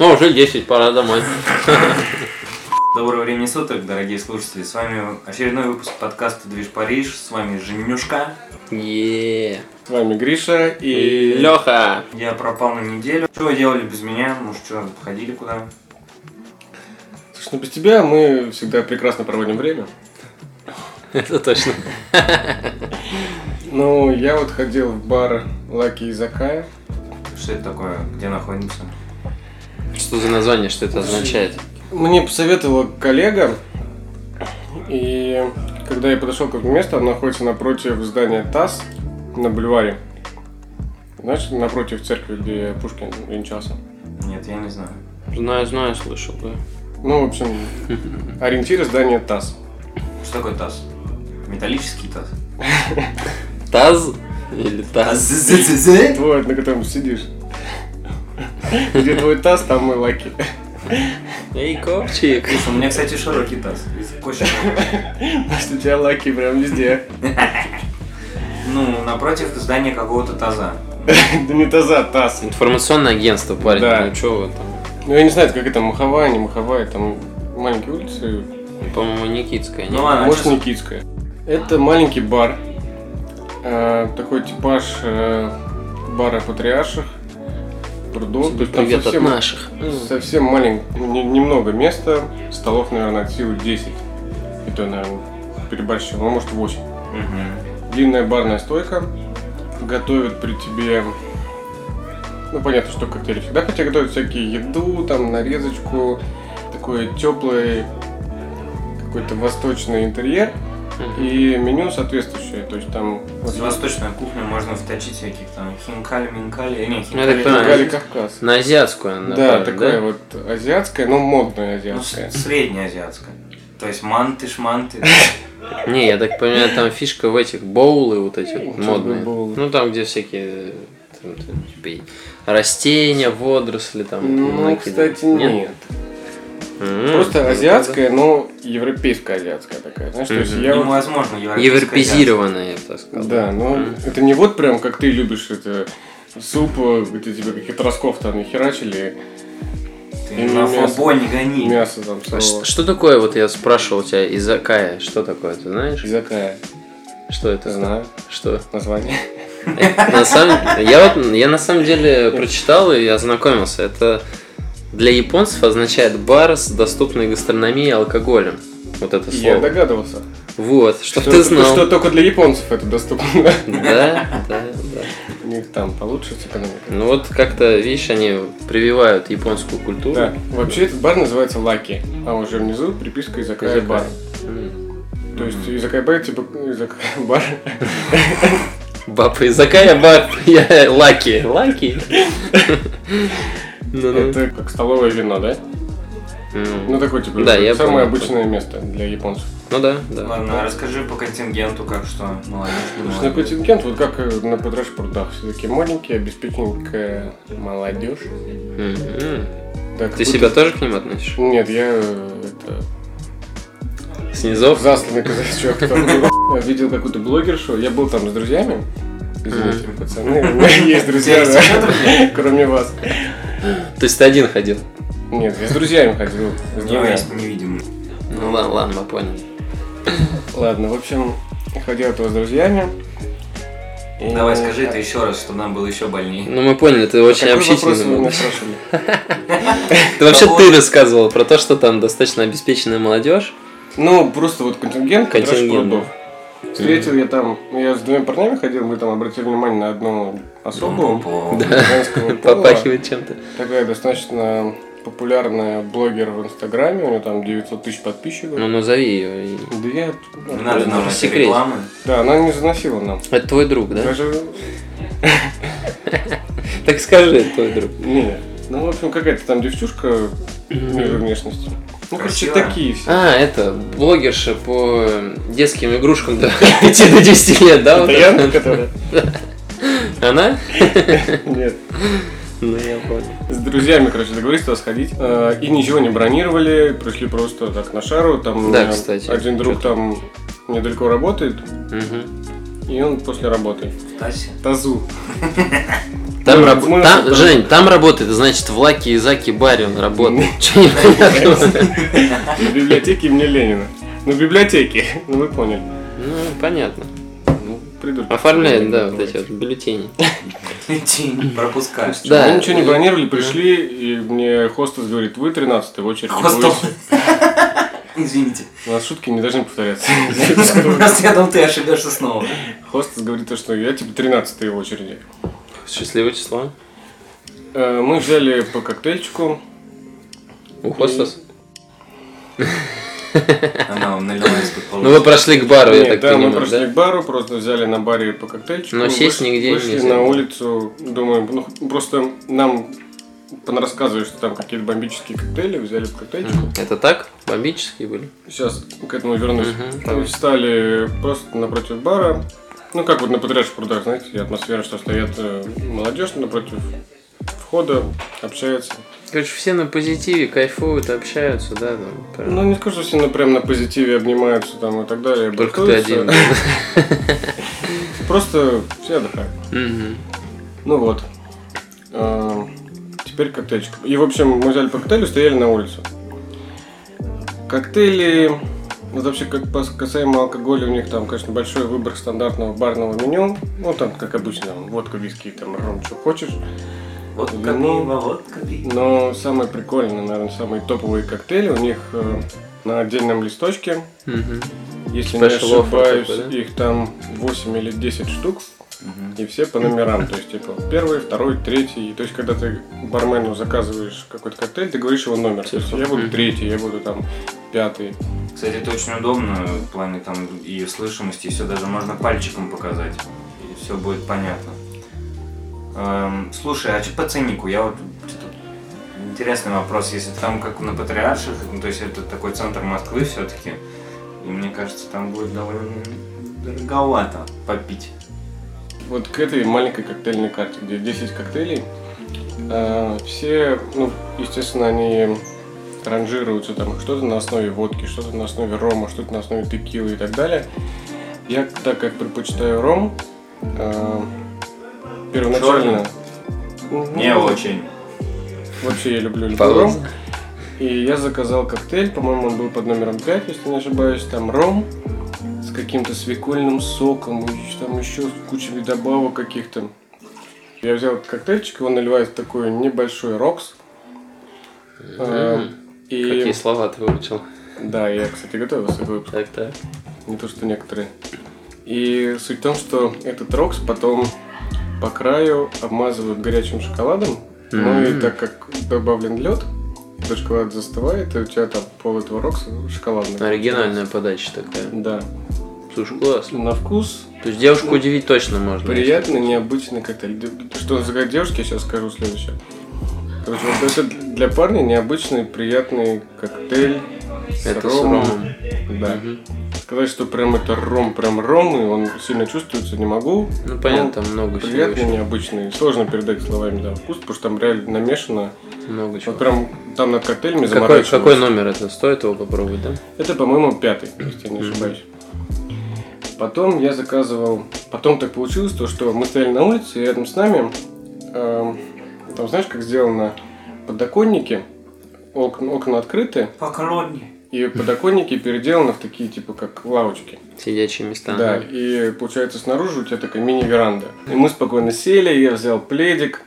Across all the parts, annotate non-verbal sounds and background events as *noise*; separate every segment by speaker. Speaker 1: Ну, уже 10, пора домой.
Speaker 2: Доброго времени суток, дорогие слушатели. С вами очередной выпуск подкаста «Движ Париж». С вами Женюшка.
Speaker 1: Еее.
Speaker 3: С вами Гриша и...
Speaker 1: Леха.
Speaker 2: Я пропал на неделю. Что вы делали без меня? Может, что, ходили куда?
Speaker 3: Слушай, ну без тебя мы всегда прекрасно проводим время.
Speaker 1: Это точно.
Speaker 3: Ну, я вот ходил в бар Лаки и Закая.
Speaker 2: Что это такое? Где находимся?
Speaker 1: Что за название, что это означает?
Speaker 3: Мне посоветовала коллега, и когда я подошел к этому месту, оно находится напротив здания ТАСС на бульваре. Знаешь, напротив церкви, где Пушкин венчался.
Speaker 2: Нет, я не знаю.
Speaker 1: Знаю, знаю, слышал, да.
Speaker 3: Ну, в общем, ориентиры здания ТАСС.
Speaker 2: Что такое таз? Металлический таз?
Speaker 1: Таз или таз?
Speaker 2: Таз.
Speaker 3: Твой, на котором сидишь. Где твой ТАСС, там мой Лаки. *laughs*
Speaker 1: Эй, копчик.
Speaker 2: У меня, кстати, широкий таз. Какой широкий?
Speaker 3: Потому что у тебя Лаки прям везде.
Speaker 2: Ну, напротив здания какого-то таза.
Speaker 3: Да не таза, ТАСС.
Speaker 1: Информационное агентство, парень,
Speaker 3: Да.
Speaker 1: ну чё вы там?
Speaker 3: Ну, я не знаю, как это, Маховая, не Маховая, там маленькие улицы,
Speaker 1: По-моему, Никитская.
Speaker 2: Ну
Speaker 1: не?
Speaker 2: ладно, а
Speaker 3: может,
Speaker 2: чё-
Speaker 3: Никитская. Это маленький бар, э, такой типаж э, бара патриарших, трудов, то есть там
Speaker 1: Привет от
Speaker 3: совсем,
Speaker 1: наших.
Speaker 3: совсем маленькое, немного места, столов, наверное, от силы 10, и то, наверное, переборщил, ну, может, 8.
Speaker 2: Мгм.
Speaker 3: Длинная барная стойка, готовят при тебе, ну понятно, что коктейли всегда хотя готовят всякие еду, там нарезочку, такой теплый какой-то восточный интерьер и меню соответствующее, то есть там вот
Speaker 2: В восточную кухню можно вточить всяких там хинкали, минкали. Не,
Speaker 1: Ну, так
Speaker 2: хинкали,
Speaker 1: понимаю.
Speaker 3: Гали
Speaker 2: минкали.
Speaker 3: Кавказ.
Speaker 1: На азиатскую, она
Speaker 3: Да,
Speaker 1: направлена,
Speaker 3: такая вот азиатская, но модная
Speaker 2: Ну,
Speaker 3: азиатская.
Speaker 2: с- среднеазиатская. То есть манты, шманты.
Speaker 1: Не, я так понимаю, там фишка в этих боулы вот эти вот
Speaker 3: Ну,
Speaker 1: модные.
Speaker 3: боулы.
Speaker 1: Ну там, где всякие там, там, типа, и растения, водоросли там.
Speaker 3: Ну,
Speaker 1: накидывают.
Speaker 3: кстати, нет.
Speaker 1: М, ну,
Speaker 3: Просто
Speaker 1: круто.
Speaker 3: азиатская, но европейская азиатская такая. Знаешь, то есть
Speaker 1: Мгм.
Speaker 3: *laughs* я вот
Speaker 2: Невозможно европейская
Speaker 1: Европезированная, я бы так сказал.
Speaker 3: Да, ну
Speaker 1: Мгм.
Speaker 3: это не вот прям как ты любишь это суп, э, где тебе каких-то росков там нахерачили,
Speaker 2: азиатская. Ты
Speaker 3: И
Speaker 2: на
Speaker 3: мясо.
Speaker 2: фобо не гони.
Speaker 3: мясо там
Speaker 1: А ш-
Speaker 3: сырого.
Speaker 1: что такое, вот я спрашивал тебя, изакая, что такое, ты знаешь?
Speaker 3: Изакая.
Speaker 1: Что это?
Speaker 3: Не знаю
Speaker 1: Что?
Speaker 3: название.
Speaker 1: На самом... Я вот, я на самом деле прочитал и ознакомился. Это для японцев означает бар с доступной гастрономией и алкоголем. Вот это
Speaker 3: Я
Speaker 1: слово.
Speaker 3: догадывался.
Speaker 1: Вот, чтоб
Speaker 3: Что-
Speaker 1: ты знал.
Speaker 3: Что только для японцев это доступно.
Speaker 1: Да, да, да.
Speaker 3: У них там получше с экономикой.
Speaker 1: Ну вот как-то, видишь, они прививают японскую культуру.
Speaker 3: Да. Вообще этот бар называется Лаки, а уже внизу приписка Изакая
Speaker 1: Изакая.
Speaker 3: бар.
Speaker 1: М.
Speaker 3: То есть Изакая бар типа Изакая *laughs* бар.
Speaker 1: Баб из Акая, баб, *laughs* я лаки. Лаки? Ну-ну.
Speaker 3: Это как столовое вино, да?
Speaker 1: М.
Speaker 3: Ну такое типа
Speaker 1: Да, я
Speaker 3: самое
Speaker 1: понял.
Speaker 3: обычное место для японцев.
Speaker 1: Ну да, да.
Speaker 2: Ладно, а расскажи по контингенту, как что. Молодежь, не
Speaker 3: Слушай, на
Speaker 2: молодежь.
Speaker 3: контингент, вот как э, на Патрош прудах, все такие маленькие, обеспеченненькая молодежь.
Speaker 1: М-м.
Speaker 3: Да,
Speaker 1: Ты
Speaker 3: какой-то-
Speaker 1: себя тоже к ним относишь?
Speaker 3: *laughs* Нет, я э, это,
Speaker 1: Снизов?
Speaker 3: засланный *laughs* казачок. там. Я Видел какую-то блогершу, я был там с друзьями. Извините, *laughs* пацаны, у меня есть друзья,
Speaker 2: Все,
Speaker 3: да,
Speaker 2: все друзья?
Speaker 3: *laughs* кроме вас.
Speaker 1: То есть ты один ходил?
Speaker 3: Нет, я с друзьями ходил. с
Speaker 2: У него
Speaker 3: двумя.
Speaker 2: есть невидимый.
Speaker 1: Ну ладно, ладно, мы поняли.
Speaker 3: Ладно, в общем, ходил то с друзьями. И-
Speaker 2: Давай скажи это еще раз, чтобы нам было еще больнее.
Speaker 1: Ну мы поняли, ты очень
Speaker 3: Какой вопрос вы
Speaker 1: общительный.
Speaker 3: меня
Speaker 1: был.
Speaker 3: спрашивали?
Speaker 1: Ты вообще
Speaker 2: Кого?
Speaker 1: ты рассказывал про то, что там достаточно обеспеченная молодежь.
Speaker 3: Ну, просто вот контингент, контингент.
Speaker 1: Контингент,
Speaker 3: прудов. Встретил я там, я с двумя парнями ходил, мы там обратили внимание на одну особу
Speaker 2: Пу-пу-пу.
Speaker 1: *laughs*
Speaker 3: женского пола.
Speaker 1: Попахивает чем-то.
Speaker 3: Такая достаточно популярная блогер в Инстаграме, у нее там 900 тысяч подписчиков.
Speaker 1: Ну назови ее. и-
Speaker 3: Да я...
Speaker 2: Не надо
Speaker 1: Ну,
Speaker 2: нам
Speaker 1: в
Speaker 2: эти
Speaker 1: секрете.
Speaker 2: рекламы.
Speaker 3: Да, она не заносила нам.
Speaker 1: Это твой друг, да?
Speaker 3: Даже...
Speaker 1: Так скажи, это твой друг.
Speaker 3: Не, ну, в общем, какая-то там девчушка между внешностью. Ну, короче,
Speaker 2: Красивая.
Speaker 3: такие все.
Speaker 1: А, это блогерша по детским игрушкам до *laughs* 5 до 10 лет, да? вот
Speaker 3: Это
Speaker 1: это? *laughs*
Speaker 3: Яна, которая?
Speaker 1: Она?
Speaker 3: Нет.
Speaker 1: Ну, я понял.
Speaker 3: С друзьями, короче, договорились туда сходить. Э, И ничего не бронировали, пришли просто так на шару. Там у
Speaker 1: Да,
Speaker 3: меня
Speaker 1: кстати,
Speaker 3: один друг
Speaker 1: чё-то.
Speaker 3: там недалеко работает,
Speaker 1: Мгм.
Speaker 2: *laughs*
Speaker 3: и он после работы.
Speaker 2: Тася.
Speaker 3: Тазу.
Speaker 1: Там,
Speaker 3: Ну,
Speaker 1: раб-
Speaker 3: мы
Speaker 1: там-
Speaker 3: там-
Speaker 1: Жень, там работает, значит, в Лаки и Заки баре он работает.
Speaker 3: Ну,
Speaker 1: Че непонятно?
Speaker 3: В библиотеке мне Ленина. Ну, в библиотеке, *laughs* ну вы поняли.
Speaker 1: Ну, понятно.
Speaker 3: Ну, придурки.
Speaker 1: Оформляет, да, вот эти вот бюллетени.
Speaker 2: Тень, пропускаешь.
Speaker 1: Да.
Speaker 3: Мы ничего не
Speaker 1: и-
Speaker 3: планировали, пришли, и мне хостес говорит, вы 13 в очередь.
Speaker 2: Хостел.
Speaker 3: будете». *laughs*
Speaker 2: Извините.
Speaker 3: У нас шутки не должны повторяться. *laughs*
Speaker 2: Я думал, ты ошибешься снова.
Speaker 3: Хостес говорит, то, что я типа 13 в очереди.
Speaker 1: Счастливое число.
Speaker 3: Э, Мы взяли по коктейльчику.
Speaker 1: У хостес.
Speaker 2: Она вам налила из-под пола.
Speaker 1: Ну вы прошли к бару, я
Speaker 3: Нет,
Speaker 1: так
Speaker 3: да, мы
Speaker 1: понимаю,
Speaker 3: прошли
Speaker 1: да?
Speaker 3: к бару, просто взяли на баре по коктейльчику.
Speaker 1: Но сесть
Speaker 3: вышли-
Speaker 1: нигде
Speaker 3: Вышли
Speaker 1: нельзя.
Speaker 3: на улицу, думаем, ну просто нам рассказывали, что там какие-то бомбические коктейли, взяли по коктейльчику.
Speaker 1: Мгм. Это так? Бомбические были?
Speaker 3: Сейчас к этому вернусь.
Speaker 1: Мгм,
Speaker 3: Мы
Speaker 1: давай.
Speaker 3: встали просто напротив бара. Ну, как вот на Патриарших прудах, знаете, атмосфера, что стоят э, молодежь напротив входа, общаются.
Speaker 1: Короче, все на позитиве, кайфуют, общаются, да? там, прям.
Speaker 3: Ну, не скажу, что все ну, прям на позитиве обнимаются там и так далее.
Speaker 1: Только ты
Speaker 3: братуются.
Speaker 1: один.
Speaker 3: *laughs* Просто все отдыхают.
Speaker 1: Мгм.
Speaker 3: Ну вот. Э, Теперь коктейльчик. И, в общем, мы взяли по коктейлю, стояли на улице. Коктейли... Вот вообще, как пос- касаемо алкоголя, у них там, конечно, большой выбор стандартного барного меню. Ну, там, как обычно, там, водка, виски, там, ром, что хочешь.
Speaker 2: Вот
Speaker 3: Ну.
Speaker 2: пиво, вот пиво.
Speaker 3: Но самые прикольные, наверное, самые топовые коктейли у них э, на отдельном листочке.
Speaker 1: Мгм.
Speaker 3: Если
Speaker 1: Special
Speaker 3: не
Speaker 1: offer
Speaker 3: ошибаюсь,
Speaker 1: такой, да?
Speaker 3: их там 8 или 10 штук. И все по номерам, то есть типа первый, второй, третий. И То есть когда ты бармену заказываешь какой-то коктейль, ты говоришь его номер. То есть я буду
Speaker 1: Типа. Мгм.
Speaker 3: третий, я буду там пятый.
Speaker 2: Кстати, это очень удобно в плане там и слышимости, и все даже можно пальчиком показать. И все будет понятно. Эм, слушай, а что по ценнику? Я вот что-то- интересный вопрос, если там как на Патриарших, ну, то есть это такой центр Москвы все-таки, и мне кажется, там будет довольно дороговато попить.
Speaker 3: Вот к этой маленькой коктейльной карте, где 10 коктейлей, э, все, ну, естественно, они ранжируются там что-то на основе водки, что-то на основе рома, что-то на основе текилы и так далее. Я, так как предпочитаю ром, э, первоначально...
Speaker 2: Не
Speaker 3: Ну,
Speaker 2: очень.
Speaker 3: Вообще я люблю любой ром.
Speaker 1: Пауза.
Speaker 3: И я заказал коктейль, по-моему, он был под номером 5, если не ошибаюсь, там ром с каким-то свекольным соком, и ещё- там еще с кучами добавок каких-то. Я взял этот коктейльчик, его наливает в такой небольшой рокс. Э,
Speaker 1: Какие
Speaker 3: И...
Speaker 1: слова ты выучил?
Speaker 3: Да, я, кстати, готовился к выпуску,
Speaker 1: Так, так.
Speaker 3: не то что некоторые. И суть в том, что этот рокс потом по краю обмазывают горячим шоколадом, ну и
Speaker 1: М.
Speaker 3: так как добавлен лед, то шоколад застывает, и у тебя там пол этого рокса шоколадный.
Speaker 1: Оригинальная подача такая.
Speaker 3: Да.
Speaker 1: Слушай, класс.
Speaker 3: На вкус
Speaker 1: То есть девушку удивить точно можно.
Speaker 3: приятный, необычный коктейль. Д- Что за девушки, я сейчас скажу следующее. Короче, вот это для парня необычный, приятный коктейль. с
Speaker 1: Это с
Speaker 3: ромом.
Speaker 1: ромом.
Speaker 3: Да.
Speaker 1: Мгм.
Speaker 3: Сказать, что прям это ром, прям ром, и он сильно чувствуется, не могу.
Speaker 1: Ну понятно, там много всего.
Speaker 3: Приятный,
Speaker 1: еще.
Speaker 3: необычный. Сложно передать словами да, вкус, потому что там реально намешано.
Speaker 1: Много чего.
Speaker 3: Вот прям там над коктейлями
Speaker 1: Ну, Какой,
Speaker 3: заморачиваешься.
Speaker 1: какой номер это? Стоит его попробовать, да?
Speaker 3: Это, по-моему, пятый, если я не
Speaker 1: Мгм.
Speaker 3: ошибаюсь. Потом я заказывал... Потом так получилось, то, что мы стояли на улице, и рядом с нами... эм, там, знаешь, как сделано? Подоконники, окна, окна открыты,
Speaker 2: *laughs* Покоронни.
Speaker 3: и подоконники переделаны в такие, типа, как лавочки.
Speaker 1: Сидячие места.
Speaker 3: Да, и получается снаружи у тебя такая мини-веранда. И мы спокойно сели, я взял пледик,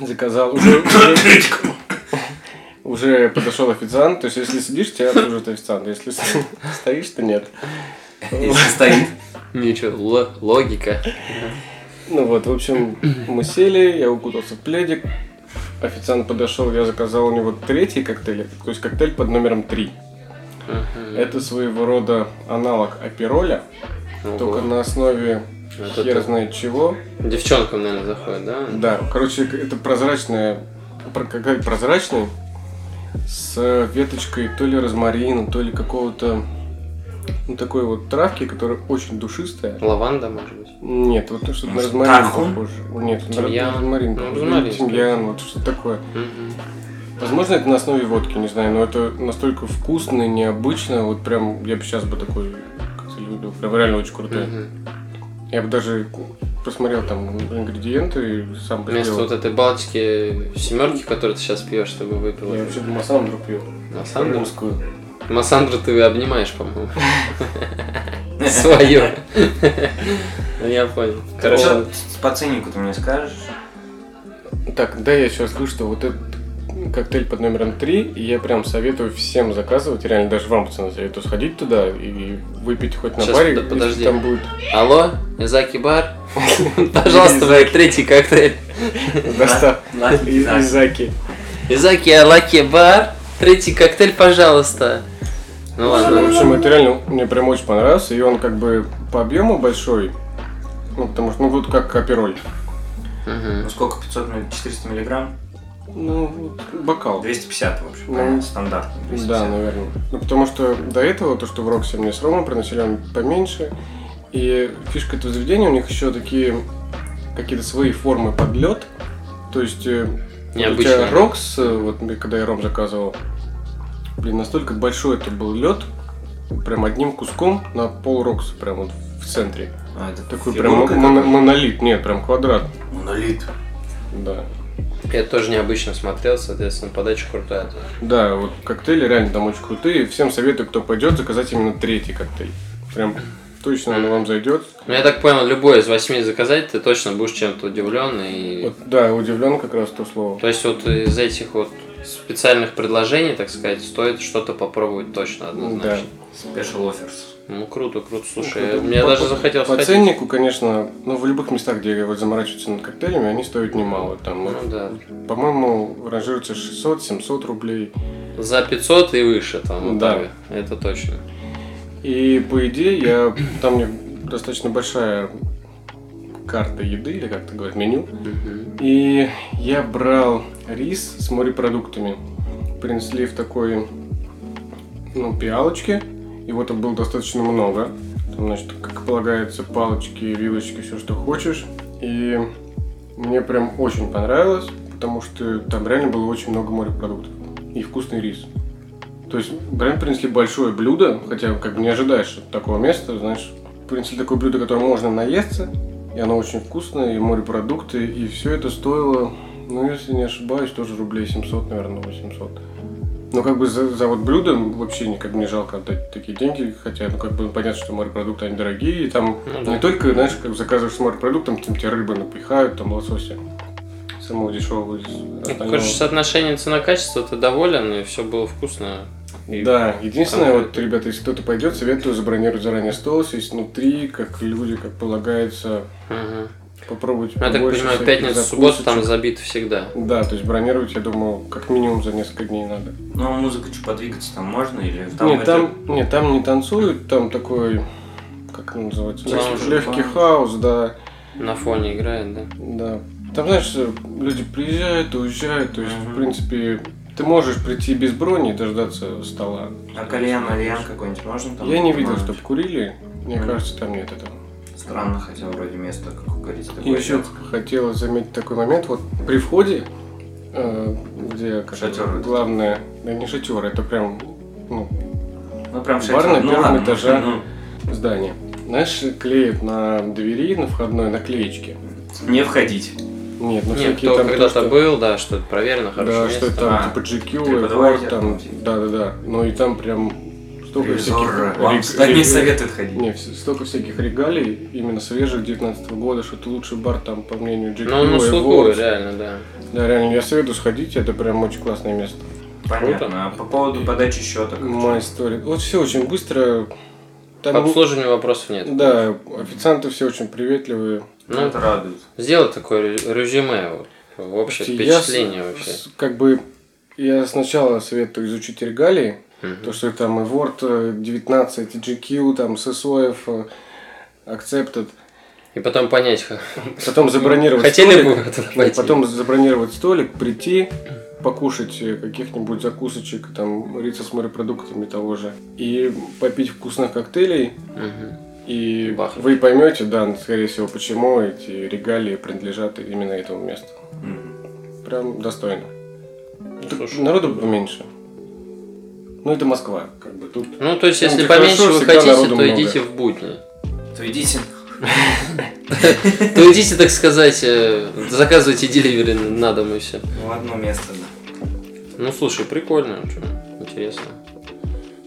Speaker 3: заказал уже...
Speaker 1: *coughs*
Speaker 3: уже- Уже подошел официант, то есть если сидишь, тебя служит официант, если стоишь, то нет.
Speaker 2: Если стоит.
Speaker 1: Ничего, ло- логика.
Speaker 3: Ну вот, в общем, мы сели, я укутался в пледик, официант подошел, я заказал у него третий коктейль, то есть коктейль под номером 3.
Speaker 1: Ага.
Speaker 3: Это своего рода аналог апероля, только
Speaker 1: Ого. Ну,
Speaker 3: на основе
Speaker 1: Это
Speaker 3: хер
Speaker 1: так.
Speaker 3: знает чего.
Speaker 1: Девчонкам, наверное, заходит, да?
Speaker 3: Да, короче, это прозрачная, про- коктейль прозрачный, с веточкой то ли розмарина, то ли какого-то ну, такой вот травки, которая очень душистая.
Speaker 1: Лаванда, может быть.
Speaker 3: Нет, вот что-то на
Speaker 2: Может,
Speaker 3: розмарин
Speaker 2: тархун?
Speaker 3: похоже. Нет, на
Speaker 1: Тимьян.
Speaker 3: розмарин
Speaker 1: Ну,
Speaker 3: похоже.
Speaker 1: розмарин,
Speaker 3: Или Тимьян, вот что такое.
Speaker 1: Мгм.
Speaker 3: Возможно, это на основе водки, не знаю, но это настолько вкусно и необычно. Вот прям я бы сейчас бы такой коктейль выпил. Прям реально очень крутой.
Speaker 1: Мгм.
Speaker 3: Я бы даже посмотрел там ингредиенты и сам бы
Speaker 1: Вместо
Speaker 3: сделал.
Speaker 1: вот этой Балтики семерки, которую ты сейчас пьешь, ты бы выпил.
Speaker 3: Я вообще думал, сам вдруг пью.
Speaker 1: Массандру?
Speaker 3: Русскую.
Speaker 1: Массандру ты обнимаешь, по-моему. *laughs* Свое. Ну, Я понял.
Speaker 2: Короче,
Speaker 1: Короче,
Speaker 2: по ценнику ты мне скажешь?
Speaker 3: Так, да, я еще скажу, что вот этот коктейль под номером 3, я прям советую всем заказывать, реально даже вам, пацаны, советую сходить туда и выпить хоть на
Speaker 1: Щас,
Speaker 3: баре,
Speaker 1: под- подожди.
Speaker 3: если там будет. *laughs*
Speaker 1: алло, Изаки Бар, пожалуйста, мой третий коктейль.
Speaker 3: Достав.
Speaker 2: Ла- ла-
Speaker 3: И-
Speaker 2: да.
Speaker 3: Изаки.
Speaker 1: Изаки Алаки Бар, третий коктейль, пожалуйста. Ну
Speaker 3: В
Speaker 1: ладно.
Speaker 3: общем, это реально мне прям очень понравился, и он как бы по объему большой, ну, потому что, ну, вот как апероль.
Speaker 1: Мгм.
Speaker 2: Ну сколько? 500, милли- 400 миллиграмм?
Speaker 3: Ну, вот бокал.
Speaker 2: 250, в общем,
Speaker 3: Ну.
Speaker 2: понятно, стандартно.
Speaker 3: Да,
Speaker 2: 250.
Speaker 3: наверное. Ну, потому что до этого то, что в Роксе мне с Ромой приносили, он поменьше. И фишка этого заведения, у них еще такие какие-то свои формы под лед. То есть э, вот у тебя
Speaker 1: Необычно.
Speaker 3: Рокс, э, вот мне когда я Ром заказывал, блин, настолько большой это был лед, прям одним куском на пол Рокса, прям вот в центре.
Speaker 2: А, это
Speaker 3: Такой
Speaker 2: фигурка
Speaker 3: прям мон-
Speaker 2: какая-то?
Speaker 3: монолит, нет, прям квадрат.
Speaker 2: Монолит.
Speaker 3: Да.
Speaker 1: Я тоже необычно смотрел, соответственно, подача крутая. тоже.
Speaker 3: Да, вот коктейли реально там очень крутые. Всем советую, кто пойдет, заказать именно третий коктейль. Прям точно он вам зайдет.
Speaker 1: Ну, я так понял, любой из восьми заказать, ты точно будешь чем-то удивлен. И...
Speaker 3: Вот, да, удивлен как раз то слово.
Speaker 1: То есть вот из этих вот специальных предложений, так сказать, стоит что-то попробовать точно
Speaker 3: Ну Да.
Speaker 1: однозначно.
Speaker 2: Special offers.
Speaker 1: Ну, круто, круто, слушай.
Speaker 3: Круто.
Speaker 1: Мне
Speaker 3: По-
Speaker 1: даже
Speaker 3: по-
Speaker 1: захотелось
Speaker 3: По
Speaker 1: сходить.
Speaker 3: ценнику, конечно, ну в любых местах, где вот заморачиваются над коктейлями, они стоят немало. Там,
Speaker 1: Ну да.
Speaker 3: ну, по-моему, ранжируется 600-700 рублей.
Speaker 1: За 500 и выше там. вот
Speaker 3: Да.
Speaker 1: так. Это точно.
Speaker 3: И по идее, я там у них достаточно большая карта еды, или как ты говоришь, меню. И я брал рис с морепродуктами. Принесли в такой, ну, пиалочке. Его там было достаточно много. Там, значит, как полагается, палочки, вилочки, все, что хочешь. И мне прям очень понравилось, потому что там реально было очень много морепродуктов. И вкусный рис. То есть, прям принесли большое блюдо, хотя как бы не ожидаешь от такого места, знаешь. Принесли такое блюдо, которое можно наесться, и оно очень вкусное, и морепродукты, и все это стоило, ну, если не ошибаюсь, тоже рублей 700, наверное, 800. Ну, как бы за, за вот блюдом вообще никак не жалко отдать такие деньги, хотя, ну, как бы понятно, что морепродукты, они дорогие, и там
Speaker 1: Ну да.
Speaker 3: не только, знаешь, как заказываешь с морепродуктом, там тебе рыбы напихают, там лосося, самого дешевого из
Speaker 1: Ну,
Speaker 3: остального.
Speaker 1: Короче, соотношение цена-качество, ты доволен, и все было вкусно. И-
Speaker 3: Да, единственное,
Speaker 1: Там-
Speaker 3: вот, ребята, если кто-то пойдет, советую забронировать заранее стол, сесть внутри, как люди, как полагается,
Speaker 1: Мгм.
Speaker 3: попробовать
Speaker 1: Ну, Я так
Speaker 3: побольше
Speaker 1: понимаю,
Speaker 3: всяких
Speaker 1: пятница, суббота там
Speaker 3: закусочек.
Speaker 1: забито всегда.
Speaker 3: Да, то есть бронировать, я думаю, как минимум за несколько дней надо.
Speaker 2: Ну, музыка что, подвигаться там можно? Или там
Speaker 3: нет,
Speaker 2: это-
Speaker 3: там, нет, там не танцуют, там такой, как он называется,
Speaker 1: Лаунж.
Speaker 3: легкий хаос, да,
Speaker 1: На фоне играет, да.
Speaker 3: да. Там, знаешь, люди приезжают, уезжают, то есть,
Speaker 2: Мгм.
Speaker 3: в принципе, ты можешь прийти без брони и дождаться стола.
Speaker 2: А кальян, альян какой-нибудь можно там?
Speaker 3: я не видел,
Speaker 2: Может,
Speaker 3: чтоб курили, мне
Speaker 2: Мгм.
Speaker 3: кажется, там нет этого.
Speaker 2: Странно, хотя вроде место, как у говорится,
Speaker 3: И
Speaker 2: такое.
Speaker 3: еще хотела заметить такой момент. Вот при входе, э, где как
Speaker 2: Шатер
Speaker 3: бы
Speaker 2: этот. азиатское.
Speaker 3: главное, да не шатер, это прям ну,
Speaker 2: Ну, прям
Speaker 3: бар
Speaker 2: шатер.
Speaker 3: на
Speaker 2: ну,
Speaker 3: первом
Speaker 2: ладно,
Speaker 3: этаже.
Speaker 2: ну,
Speaker 3: здание. Знаешь, клеят на двери, на входной наклеечки.
Speaker 2: не входить.
Speaker 3: Нет, ну
Speaker 1: Нет,
Speaker 3: всякие
Speaker 1: кто
Speaker 3: там то,
Speaker 1: когда-то
Speaker 3: что-
Speaker 1: был, да, что это проверено, хорошее
Speaker 3: Да, что
Speaker 1: место.
Speaker 3: это там
Speaker 2: А,
Speaker 3: типа GQ,
Speaker 2: преподаватель,
Speaker 3: вот там,
Speaker 2: там.
Speaker 3: да-да-да. Ну и там прям столько
Speaker 2: Ревизор,
Speaker 3: всяких...
Speaker 2: вам
Speaker 3: рег-
Speaker 2: сюда не
Speaker 3: рег-
Speaker 2: советуют ходить.
Speaker 3: не, вс- столько всяких регалий, именно свежих 19 года, что это лучший бар там, по мнению GQ.
Speaker 1: Ну, он
Speaker 3: и
Speaker 1: услугу,
Speaker 3: Watts.
Speaker 1: реально, да.
Speaker 3: Да, реально, я советую сходить, это прям очень классное место.
Speaker 2: Понятно. А по поводу подачи счета? как?
Speaker 3: My Story. Вот все очень быстро. Там,
Speaker 1: По обслуживанию вопросов нет.
Speaker 3: Да, официанты все очень приветливые.
Speaker 1: Ну,
Speaker 2: это радует.
Speaker 1: Сделай такое рю- резюме, вот, в общее
Speaker 3: Слушайте, я с-
Speaker 1: впечатление вообще.
Speaker 3: с- Как бы я сначала советую изучить регалии,
Speaker 1: Мгм.
Speaker 3: то, что там и Word э, 19, и GQ, там SSOF, э, Accepted.
Speaker 1: И потом понять, х-
Speaker 3: Потом забронировать
Speaker 1: хотели бы
Speaker 3: столик.
Speaker 1: вы туда
Speaker 3: Да,
Speaker 1: пойти.
Speaker 3: Потом забронировать столик, прийти, покушать э, каких-нибудь закусочек, там, риса с морепродуктами того же, и попить вкусных коктейлей,
Speaker 1: Мгм.
Speaker 3: И
Speaker 1: Бахнуть.
Speaker 3: вы поймете, да, скорее всего, почему эти регалии принадлежат именно этому месту.
Speaker 2: Мгм.
Speaker 3: Прям достойно. Тут
Speaker 1: Слушай.
Speaker 3: Народу поменьше. Ну, это Москва, как бы тут.
Speaker 1: Ну, то есть,
Speaker 3: Ну,
Speaker 1: если
Speaker 3: ты
Speaker 1: поменьше
Speaker 3: хорошо,
Speaker 1: вы
Speaker 3: всегда
Speaker 1: хотите,
Speaker 3: народу
Speaker 1: то
Speaker 3: много.
Speaker 1: идите в будни.
Speaker 2: То идите.
Speaker 1: То идите, так сказать, э, заказывайте *laughs* деливери на дом и все.
Speaker 2: В одно место, да.
Speaker 1: Ну, слушай, прикольно, чё, интересно.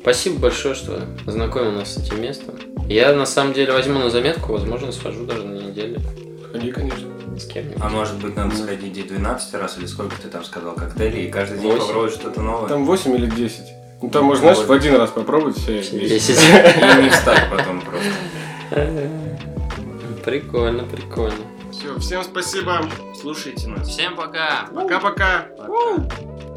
Speaker 1: Спасибо большое, что знакомил нас с этим местом. Я на самом деле возьму на заметку, возможно, схожу даже на неделю
Speaker 3: Ходи, конечно.
Speaker 1: с кем-нибудь.
Speaker 2: А может быть надо сходить и 12 раз, или сколько ты там сказал коктейлей, и каждый день
Speaker 1: Восемь.
Speaker 2: попробовать что-то новое.
Speaker 3: Там 8 или 10. Ну там можно, знаешь, в один раз попробовать все. вещи.
Speaker 1: Десять.
Speaker 2: И Ну, не встать потом просто.
Speaker 1: *laughs* Прикольно, прикольно.
Speaker 3: Все, всем спасибо.
Speaker 2: Слушайте нас.
Speaker 1: Всем пока!
Speaker 3: Пока-пока.
Speaker 2: Пока.